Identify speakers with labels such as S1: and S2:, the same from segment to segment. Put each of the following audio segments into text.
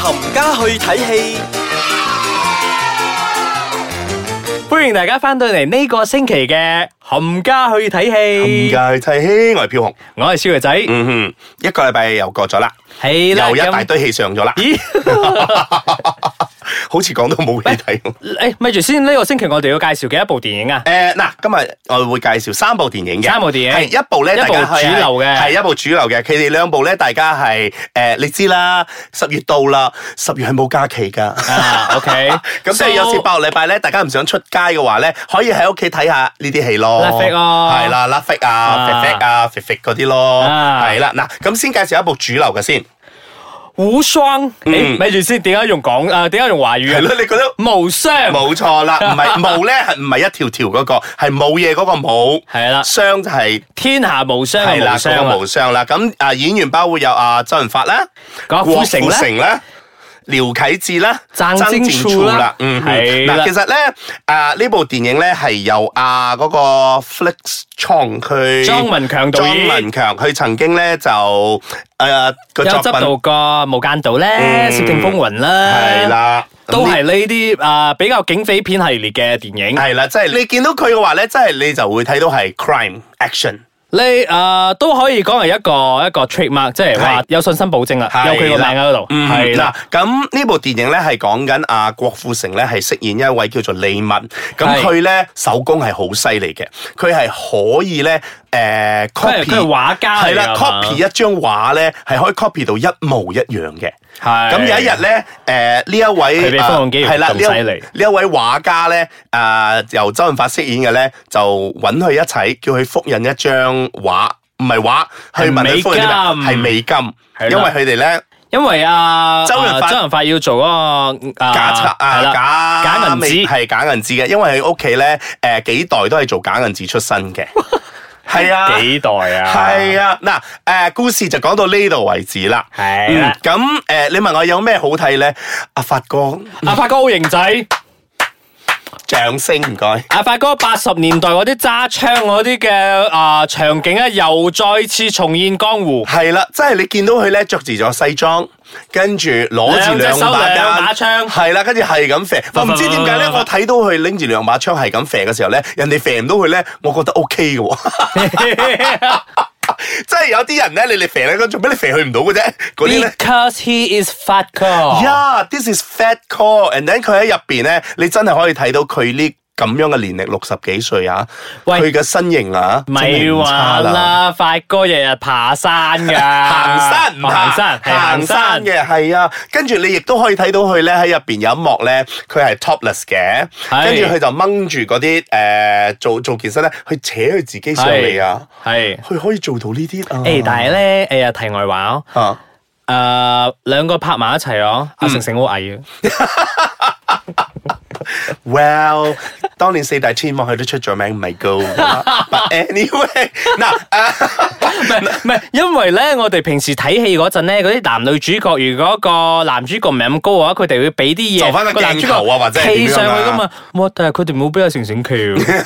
S1: 冚家去睇戲，
S2: 欢迎大家翻到嚟呢个星期嘅冚家去睇
S3: 冚
S2: 戏，
S3: 家去睇戲，我係飄紅。
S2: 我系小肥仔，
S3: 嗯哼，一個禮拜又過咗啦，
S2: 系啦，
S3: 又一
S2: 咁
S3: 大堆戲上咗啦，
S2: 咦，
S3: 好似講到冇 戲睇咁。
S2: 诶，咪住先，呢个星期我哋要介绍嘅一部電 影啊，
S3: 诶，嗱，今日我會介紹三部電影嘅，
S2: 三部電影
S3: 係一部咧，
S2: 一部主流嘅
S3: 系一部主流嘅。佢哋兩部咧，大家係诶，你知啦，十月到啦，十月係冇假期㗎。
S2: 啊，OK，
S3: 咁所以有時八個禮拜咧，大家唔想出街嘅話咧，可以喺屋企睇下呢啲戲咯。
S2: 拉菲咯
S3: 係啦，拉菲啊，
S2: 啊
S3: 肥肥啊，肥肥嗰啲咯，
S2: 啊
S3: 係啦。嗱，咁先介紹一部主流嘅先，
S2: 无双，诶，咪住先，點解用講啊？點解用華語
S3: 係
S2: 啊？
S3: 咯，你覺 得？
S2: 無雙，
S3: 冇錯啦，唔係冇咧，係唔係一條條嗰個，係冇嘢嗰個冇，
S2: 係啦
S3: 傷就係
S2: 天下無雙
S3: 係
S2: 嘅
S3: 啦
S2: 無
S3: 嗰個
S2: 雙
S3: 無雙啦。咁啊，演員包括有啊周潤發啦，
S2: 郭富城啦
S3: 郭啦。廖啟智啦，
S2: 鄭經
S3: 柱
S2: 柱啦
S3: 嗯，
S2: 係啦
S3: 嗱，其實咧，啊呢部電影咧係由啊嗰個 Felix Chong 佢
S2: 莊文強導演
S3: 莊文強佢曾經咧就誒個
S2: 有
S3: 作
S2: 執
S3: 品
S2: 到個無間道咧，
S3: 嗯
S2: 竊聽風雲啦，
S3: 係，啦，
S2: 都
S3: 咁呢
S2: 係呢啲啊比較警匪片系列嘅電影。
S3: 係啦，即係你見到佢嘅話咧，真係你就會睇到係 crime action。
S2: 你诶、呃都可以講係一個一個 trademark，即係話
S3: 係
S2: 有信心保證啦，
S3: 係
S2: 有佢個名喺嗰度，
S3: 嗯
S2: 係
S3: 嗱
S2: 啦，，
S3: 咁呢部電影咧係講緊阿啊郭富城咧係飾演一位叫做李密，
S2: 係
S3: 咁佢咧手工係好犀利嘅，佢係可以咧诶
S2: 佢
S3: copy
S2: 係佢係畫家嚟
S3: 係
S2: 㗎
S3: 啦
S2: 嘛
S3: ，copy 一張畫咧係可以 copy 到一模一樣嘅。
S2: 係
S3: 咁有一日咧，诶呢一
S2: 佢
S3: 位
S2: 比方基
S3: 呃係啦
S2: 咁
S3: 呢一
S2: 犀利
S3: 呢一位畫家咧，诶由周潤發飾演嘅咧，就揾佢一齊叫佢複印一張畫，唔係畫，去問佢複印啲咩
S2: 係
S3: 係美金，
S2: 係啦
S3: 因為佢哋咧。
S2: 因為啊，
S3: 周潤發
S2: 啊周潤發要做嗰、個啊
S3: 假鈔啊，
S2: 係啦
S3: 假
S2: 假銀紙
S3: 係假銀紙嘅，因為佢屋企咧，誒幾代都係做假銀紙出身 嘅，係啊，
S2: 幾代啊，
S3: 係啊，嗱，誒故事就講到呢度為止啦，
S2: 係啦
S3: 嗯咁誒，你問我有咩好睇咧？阿發哥，
S2: 阿發哥好型仔，
S3: 掌聲唔該。
S2: 阿發哥八十年代嗰啲揸槍嗰啲嘅啊場景咧，又再次重現江湖，
S3: 係啦，即係你見到佢咧着住咗西裝，跟住攞住
S2: 兩隻
S3: 兩
S2: 手
S3: 把
S2: 兩把
S3: 槍，
S2: 槍
S3: 係啦，跟住係咁 射。我唔知點解咧，我睇到佢拎住兩把槍係咁射嘅時候咧，人哋射唔到佢咧，我覺得 O K 嘅喎。 即係有啲人咧，你哋肥咧，做咩你肥佢唔到嘅啫？嗰啲哦咧。
S2: Because he is fat girl。
S3: Yeah，this is fat core，and then 佢喺入邊咧，你真係可以睇到佢呢咁樣嘅年齡，六十幾歲啊，
S2: 喂
S3: 佢嘅身形啊，真
S2: 咪
S3: 係唔
S2: 話
S3: 差啦。
S2: 啦，發哥日日爬山噶，
S3: 行山唔
S2: 哦行山，係
S3: 行山嘅係啊，跟住你亦都可以睇到佢咧喺入邊有一幕咧，佢係 topless 嘅，
S2: 係
S3: 跟住佢就掹住嗰啲誒做做健身咧，去扯佢自己上嚟啊，
S2: 係
S3: 佢可以做到呢啲啊。
S2: 誒，但係咧，誒呀題外話哦，
S3: 啊
S2: 誒兩個拍埋一齊
S3: 嗯
S2: 哦，阿成成好矮嘅，
S3: Well，當 年四大天王佢都出咗名，唔係高㗎啦。But anyway，嗱， 啊
S2: 唔係唔係，因為咧我哋平時睇戲嗰陣咧，嗰啲男女主角如果個男主角唔係咁高嘅話，佢哋會俾啲嘢
S3: 就返個
S2: 男主
S3: 鏡頭啊或者係點樣啊
S2: 企上去噶嘛，哇！但係佢哋冇俾阿成成企喎，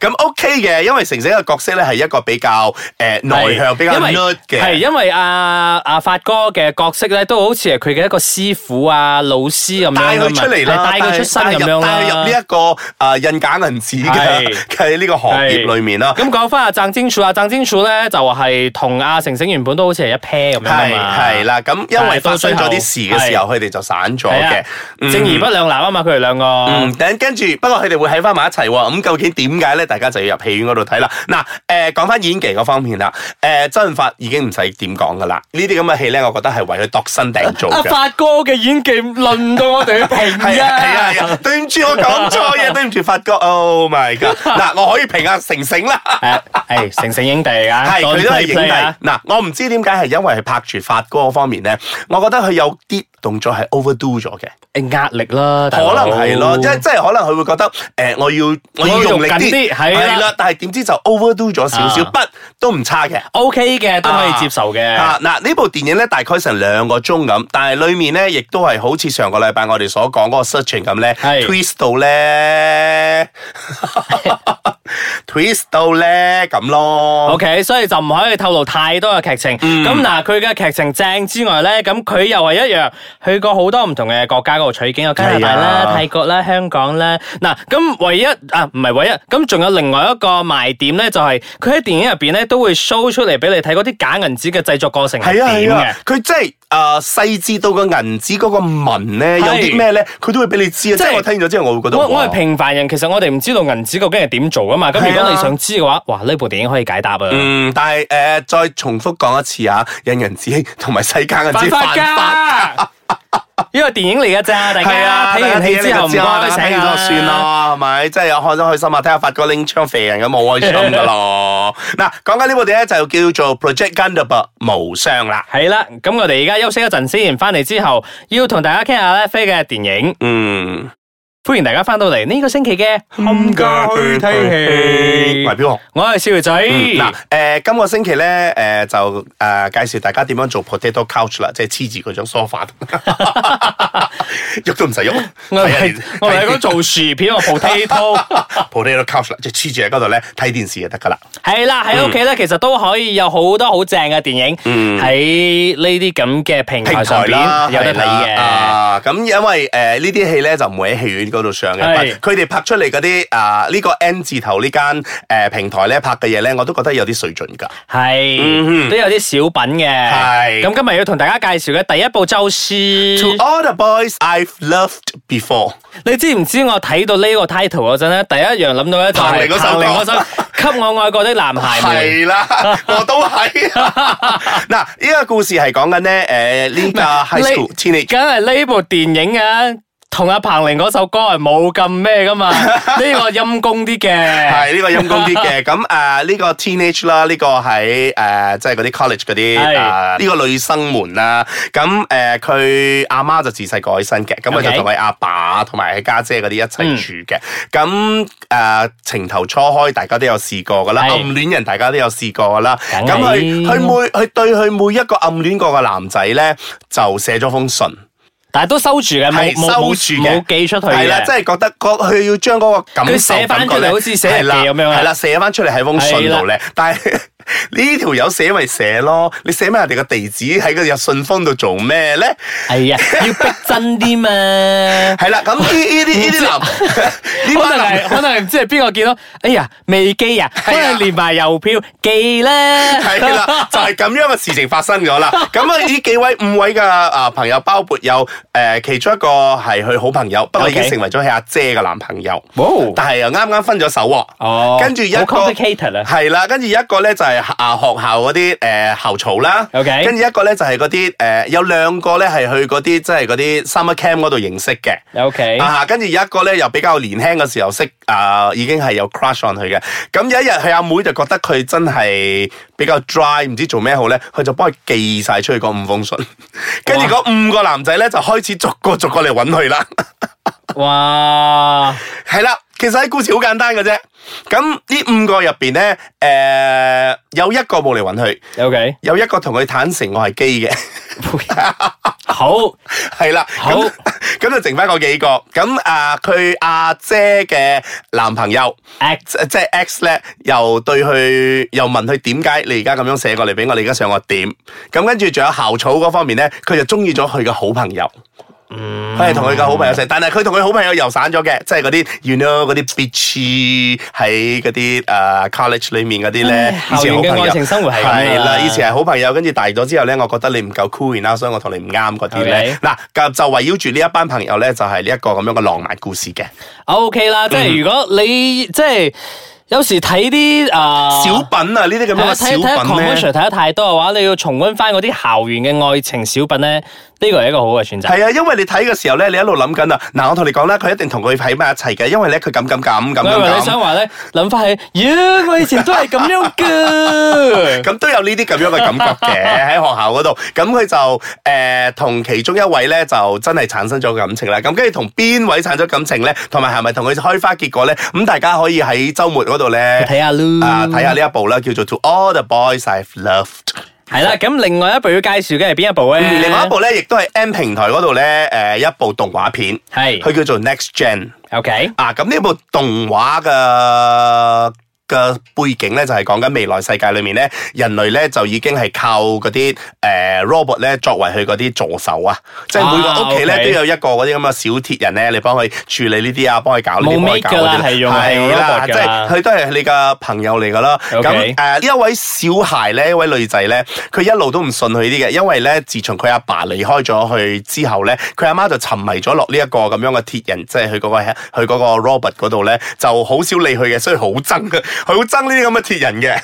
S3: 咁 OK 嘅，因為成成嘅角色咧係一個比較誒內向、比較
S2: 因為
S3: nerd
S2: 係
S3: 嘅。
S2: 因為阿阿發哥嘅角色咧，都好似係佢嘅一個師傅啊、老師咁樣㗎嘛
S3: 帶佢出嚟啦，
S2: 係帶佢出身咁樣啦，
S3: 帶佢入呢一個啊印假銀紙嘅
S2: 係
S3: 嘅呢個行業裏面啦。
S2: 咁講翻阿鄭晶柱，阿鄭晶柱咧就係同阿成成原本都好似係一 pair 咁樣
S3: 係
S2: 㗎嘛，
S3: 係啦，咁因為發生咗啲事嘅時候，
S2: 係
S3: 佢哋就散咗
S2: 係
S3: 嘅
S2: 啊。
S3: 嗯
S2: 正而不兩立啊嘛，佢哋兩個。
S3: 嗯，等跟住，不過佢哋會喺翻埋一齊喎。咁究竟點解咧？大家就要入戲院嗰度睇啦。嗱，誒講翻演技嗰方面啦，誒周潤發已經唔使點講噶啦。呢啲咁嘅戲咧，我覺得係為佢度身訂造
S2: 阿
S3: 嘅。
S2: 發啊哥嘅演技輪到我哋去評
S3: 係啊係啊係
S2: 啊！
S3: 啊！對唔住，我講錯 嘢，對唔住發哥。Oh my god！嗱，我可以評下成成啦。
S2: 誒誒，成成影帝㗎，
S3: 係佢都係影
S2: Don't 啊 play play 啊
S3: 帝。嗱，我唔知點解係因為係拍住發哥嗰方面咧，我覺得佢有啲動作係 overdo 咗嘅。
S2: 壓力啦，
S3: 可
S2: 大佬
S3: 能係咯，即即係可能佢會覺得誒、呃我要我要用力
S2: 我要用緊啲
S3: 啲，
S2: 係啦
S3: 啦，但係點知就 overdo 咗少少，
S2: 啊
S3: 不都唔差嘅。
S2: OK 嘅，都可以接受嘅。
S3: 啊嗱，呢部電影咧大概成兩個鐘咁，但係裡面咧亦都係好似上個禮拜我哋所講嗰個 searching 咁咧
S2: 係
S3: ，twist 到咧 ，twist 到咧咁咯。
S2: OK，所以
S3: 嗯
S2: 就唔可以透露太多嘅劇情。咁嗱、佢嘅劇情正之外咧，咁佢又係一樣去過好多唔同嘅國家嗰度取景，有加拿大
S3: 係啊
S2: 啦、泰國啦、香港啦。嗱，咁唯一啊，唔係唯一，咁仲有另外一個賣點咧，就係佢喺電影入邊咧都會 show 出嚟俾你睇嗰啲假銀紙嘅製作過程係
S3: 係啊
S2: 點
S3: 係啊
S2: 嘅。，
S3: 佢真係啊細緻到個銀紙嗰個紋咧，有啲咩咧，佢都會俾你知啊！即
S2: 即係
S3: 係我聽咗之後，我會覺得
S2: 我我
S3: 哇
S2: 係平凡人，其實我哋唔知道銀紙究竟係點做噶嘛。咁如
S3: 係啊
S2: 果你想知嘅話，哇！呢部電影可以解答啊。
S3: 嗯，但係誒、呃再重複講一次啊，印銀紙同埋世界銀紙犯
S2: 犯法
S3: 法。
S2: 㗎， 呢個電影嚟㗎咋，大
S3: 係啊
S2: 家睇完戲之後唔該
S3: 睇
S2: 醒
S3: 完
S2: 啊
S3: 就算。咯，係咪？真係有開心開心啊！睇下發哥拎槍射人咁，冇開心噶 咯。嗱，講緊呢部電咧就叫做 Project Gundam 無雙啦。
S2: 係啦，咁我哋而家休息一陣先，翻嚟之後要同大家傾下咧飛嘅電影。
S3: 嗯，
S2: 歡迎大家翻到嚟呢個星期嘅冚
S3: 喂，邊個？
S2: 我係少女仔。
S3: 嗱
S2: 嗯嗱，，
S3: 誒，今個星期咧，誒就誒介紹大家點樣做 potato couch 啦，即係黐住嗰張 sofa，喐都唔使喐。
S2: 我
S3: 睇
S2: 係
S3: 下
S2: 我係嗰做薯片個 potato。
S3: potato couch 啦，即係黐住喺嗰度咧睇電視就得噶啦。
S2: 係啦，喺屋企咧，其實都可以有好多好正嘅電影喺呢啲咁嘅
S3: 平
S2: 平台上
S3: 台啦，
S2: 邊有得睇
S3: 係啦
S2: 嘅。
S3: 啊，咁因為誒呢啲戲咧就唔會喺戲院嗰度上嘅
S2: 係，
S3: 佢哋拍出嚟嗰啲啊呢個 N 字頭呢間誒平台咧拍嘅嘢咧，我都覺得有啲水準㗎。嗯哼
S2: 係都有啲小品嘅。
S3: 係
S2: 咁今日要同大家介紹嘅第一部就是，
S3: To all the boys I've loved before，
S2: 你知唔知我睇到呢個 title 嗰陣咧，第一樣諗到咧就
S3: 彭
S2: 係
S3: 羚嗰首
S2: 彭羚
S3: 歌
S2: 嗰首《給我愛過的男孩們》。
S3: 係啦，我都係。嗱，呢個故事係講緊咧誒呢個 high school
S2: 你
S3: teenage
S2: 梗係呢部電影啊，同阿彭羚嗰首歌係冇咁咩 噶嘛，呢個陰公啲嘅。
S3: 係呢個陰公啲嘅，咁誒呢個 teenage 啦，呢個喺誒即係嗰啲 college 嗰啲
S2: 係
S3: 誒呢個女生們啦，咁誒佢阿媽就自細過起身嘅，咁佢
S2: OK 嗯
S3: 就同佢阿爸同埋佢家姐嗰啲一齊住嘅，咁誒情頭初開大家都有試過噶啦，
S2: 係
S3: 暗戀人大家都有試過噶啦，
S2: 梗
S3: 咁
S2: 係
S3: 佢佢每佢對佢每一個暗戀過嘅男仔咧就寫咗封信，
S2: 但係都收住嘅，冇
S3: 係
S2: 冇
S3: 收
S2: 冇
S3: 住嘅
S2: 冇寄出去
S3: 係啦，即
S2: 嘅。
S3: 係覺得嗰佢要將嗰個感受
S2: 佢寫返
S3: 感覺
S2: 出嚟
S3: 咧
S2: 好似寫日記
S3: 係啦
S2: 咁樣啊
S3: 係啦，寫翻出嚟喺封信度咧，但係 呢條友寫咪寫咯，你寫埋人哋個地址喺個信封度做咩咧？
S2: 係啊，要逼真啲嘛。
S3: 係啦，咁呢呢啲呢啲男 呢
S2: 可
S3: 班
S2: 能
S3: 男
S2: 係，可能係唔知係邊個見到，哎呀未寄啊，可
S3: 啊
S2: 能連埋郵票寄啦。
S3: 係 啦，就係咁樣嘅事情發生咗啦。咁啊，呢幾位五位嘅啊朋友，包括有誒其中一個係佢好朋友，不過已經
S2: OK
S3: 成為咗佢阿姐嘅男朋友，
S2: 哇
S3: 但係又啱啱分咗手喎。
S2: 哦，
S3: 跟住一個
S2: 好 complicated 啊，
S3: 係啦，跟住一個咧就係啊學校嗰啲誒校草啦
S2: OK
S3: 跟住一個咧就係嗰啲誒有兩個咧係去嗰啲即係嗰啲 summer camp 嗰度認識嘅。
S2: OK，
S3: 啊，跟住有一個咧又比較年輕嘅時候識啊、已經係有 crush on 佢嘅。咁有一日佢阿妹就覺得佢真係比較 dry，唔知做咩好咧，佢就幫佢寄晒出去嗰五封信。跟住嗰五個男仔咧就開始逐個逐個嚟揾佢啦。
S2: 哇，
S3: 系啦，其實喺故事好簡單嘅啫。咁呢五個入邊咧，诶、有一個冇嚟揾佢，
S2: OK，
S3: 有一個同佢坦誠我係基嘅，
S2: 好。
S3: 係啦。
S2: 好
S3: 咁，咁就剩翻嗰幾個。咁啊，佢阿姐嘅男朋友，
S2: X
S3: 即即系 X 咧，又對佢又問佢點解你而家咁樣寫過嚟俾我，你而家想我點？咁跟住仲有校草嗰方面咧，佢就中意咗佢嘅好朋友。
S2: 嗯
S3: 佢係同佢嘅好朋友一齊，但係佢同佢好朋友又散咗嘅，即係嗰啲 you know 嗰啲 bitch 喺嗰啲誒 college 裏面嗰啲咧以
S2: 唉，
S3: 前好朋
S2: 嗯校園嘅
S3: 友
S2: 愛情生活係咁啊
S3: 係啦，以前係好朋友，跟住大咗之後咧，我覺得你唔夠 cool 然啦，所以我同你唔啱嗰啲咧
S2: OK。
S3: 嗱，就就圍繞住呢一班朋友咧，就係呢一個咁樣嘅浪漫故事嘅
S2: O K 啦，即
S3: 嗯
S2: 係如果你即係有時睇啲啊
S3: 小。品啊，呢啲咁
S2: 係
S3: 樣嘅
S2: 啊睇睇
S3: 小品
S2: convention
S3: 咧。
S2: 睇得太多嘅話，你要重温翻嗰啲校園嘅愛情小品咧，呢個係一個好嘅選擇。
S3: 係啊，因為你睇嘅時候咧，你一路諗緊啊。嗱，我同你講啦，佢一定同佢喺埋一齊嘅，因為咧佢咁咁咁咁
S2: 我以為你
S3: 咁
S2: 想
S3: 咁，
S2: 話咧，諗翻起，咦，我以前都係咁樣 噶。
S3: 咁都有呢啲咁樣嘅感覺嘅喺學校嗰度。咁佢就誒同、其中一位咧就真係產生咗感情啦。咁跟住同邊位產生感情咧，同埋係咪同佢開花結果咧？咁大家可以喺週末嗰度咧
S2: 睇下咯，
S3: 啊睇下呢一部啦，叫做《To All the Boys I've Loved》。嗯
S2: 係啦。咁另外一部要介紹嘅係邊一部咧？
S3: 另外一部咧，亦都係 M 平台嗰度咧誒一部動畫片，
S2: 係
S3: 啊佢叫做《Next Gen》。
S2: OK，
S3: 啊，咁呢部動畫嘅嘅背景咧，就係講緊未來世界裏面咧，人類咧就已經係靠嗰啲誒 robot 咧作為佢嗰啲助手啊，即係每個屋企
S2: 啊
S3: 咧
S2: ，OK
S3: 都有一個嗰啲咁嘅小鐵人咧，你幫佢處理呢啲啊，幫佢搞呢
S2: 冇
S3: 啲，幫佢搞
S2: make 㗎啦
S3: 嗰啲，
S2: 係用係用
S3: 係啦
S2: robot
S3: 即
S2: 㗎啦
S3: 係佢都係你嘅朋友嚟㗎啦。
S2: OK
S3: 咁誒呢一位小孩咧，一位女仔咧，佢一路都唔信佢啲嘅，因為咧，自從佢阿爸離開咗佢之後咧，佢阿媽就沉迷咗落呢一個咁樣嘅鐵人，即係佢嗰個佢嗰個 Robert 嗰度咧，就好少理佢嘅，所以好憎嘅，佢好憎呢啲咁嘅鐵人嘅。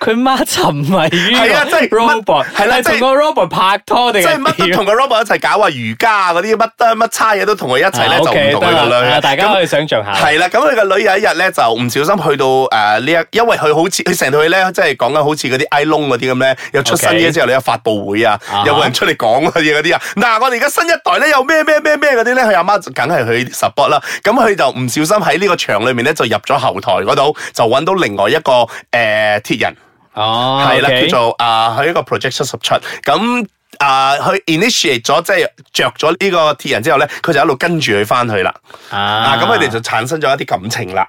S2: 佢媽沉迷於
S3: 係啊即係乜
S2: robot，
S3: 係啦即
S2: 同
S3: 係
S2: 個 robot 拍拖定
S3: 即係乜
S2: 係
S3: 都同
S2: 點？啊
S3: 個 Robert 一齊搞啊，瑜伽啊嗰啲乜都乜差嘢都同佢一齊咧，
S2: 啊
S3: 就唔
S2: À, OK，à,
S3: 同佢
S2: 得
S3: 個
S2: 啦
S3: 女
S2: 啊
S3: 嘅。
S2: 大家可以想象下。
S3: 係啦，咁佢個女有一日咧就唔小心去到呃誒呢一，因為佢好似佢成套戲咧，即係講緊好似嗰啲 i l o n 嗰啲咁咧，有出新
S2: OK
S3: 嘢之後，你有發佈會啊
S2: 啊哈，
S3: 有個人出嚟講嗰啲嗰啲啊，嗱我哋而家新一代咧有咩咩咩咩嗰啲咧，佢阿媽就梗係去 support 啦，咁佢就唔小心喺呢個場裏面咧就入咗後台嗰度，就揾到另外一個誒、呃、鐵人。
S2: 哦，
S3: 係啦
S2: Ờ, OK
S3: 叫做啊，佢、一個 project 七十七，咁啊，佢 initiate 咗，即係着咗呢個鐵人之後咧，佢就一路跟住佢翻去啦。
S2: 啊
S3: 啊，咁佢哋就產生咗一啲感情啦。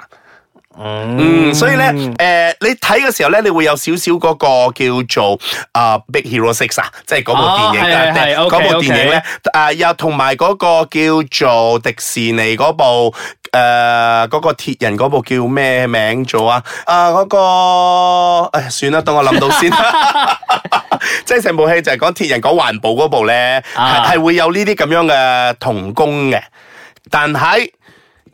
S2: 嗯
S3: 嗯，所以咧，誒、你睇嘅時候咧，你會有少少嗰個叫做啊、Big Hero Six 啊，即係嗰部電影
S2: 哦係係係
S3: 嗰、
S2: OK，
S3: 部電影咧，啊，又同埋嗰個叫做迪士尼嗰部。誒嗰、個鐵人嗰部叫咩名做啊？啊嗰、個唉算啦，等我諗到 先。 啊即係成部戲就係講鐵人講環保嗰部咧，係
S2: 啊
S3: 係、會有呢啲咁樣嘅童工嘅，但係。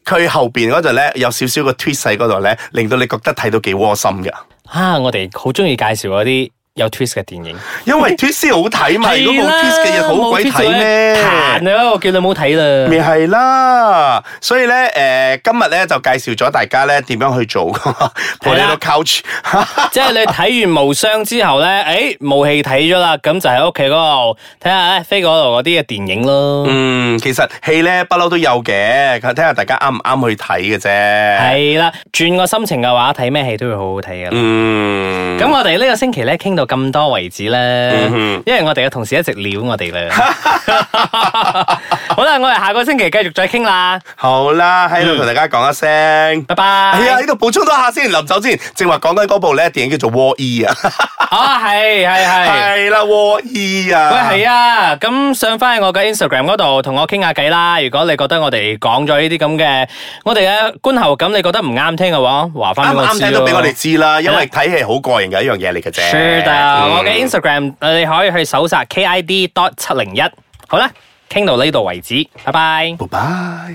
S3: 佢後邊嗰度咧有少少個 twist 喺嗰度咧，令到你覺得睇到幾窩心嘅，
S2: 啊，我哋好中意介紹嗰啲有 twist 嘅電影。
S3: 因為 twist 先好睇嘛，如果冇 twist 嘅嘢好鬼睇
S2: 彈
S3: 咩？
S2: 啦，我叫你冇睇啦。
S3: 咪係啦，所以咧誒、呃今日咧就介紹咗大家咧點樣去 做 potato couch，
S2: 即係你睇完無雙之後咧，誒冇戲睇咗啦，咁就喺屋企嗰度睇下誒飛嗰度嗰啲嘅電影咯。
S3: 嗯，其實戲咧不嬲都有嘅，睇下大家啱唔啱去睇嘅啫。
S2: 係啦，轉個心情嘅話，睇咩戲都會好好睇嘅。
S3: 嗯，
S2: 咁我哋呢個星期咧傾到咁多為止啦，
S3: 哼
S2: 因為我哋嘅同事一直撩 我哋啦。好啦，我哋下個星期繼續再傾啦，
S3: 好啦，喺度
S2: 嗯
S3: 同大家講一聲。
S2: 拜拜。
S3: 係啊，呢度補充多下先，臨走之前，正話講緊嗰部咧電影叫做《War E》啊，
S2: 啊，係係係。
S3: 係啦，《War E》啊，
S2: 喂，係啊，咁上翻去我嘅 Instagram 嗰度同我傾下偈啦。如果你覺得我哋講咗呢啲咁嘅，我哋嘅觀後感，你覺得唔啱聽嘅話，話翻
S3: 啱
S2: 俾
S3: 唔
S2: 我知
S3: 啱聽都俾我哋知啦，因
S2: 係啦
S3: 為睇戲好過癮嘅一樣嘢嚟嘅啫。
S2: 是的，
S3: 嗯
S2: 我嘅 Instagram 你可以去搜
S3: 嗯
S2: 索 KID dot 七零一。好啦，傾到呢度為止，拜拜。
S3: 拜拜。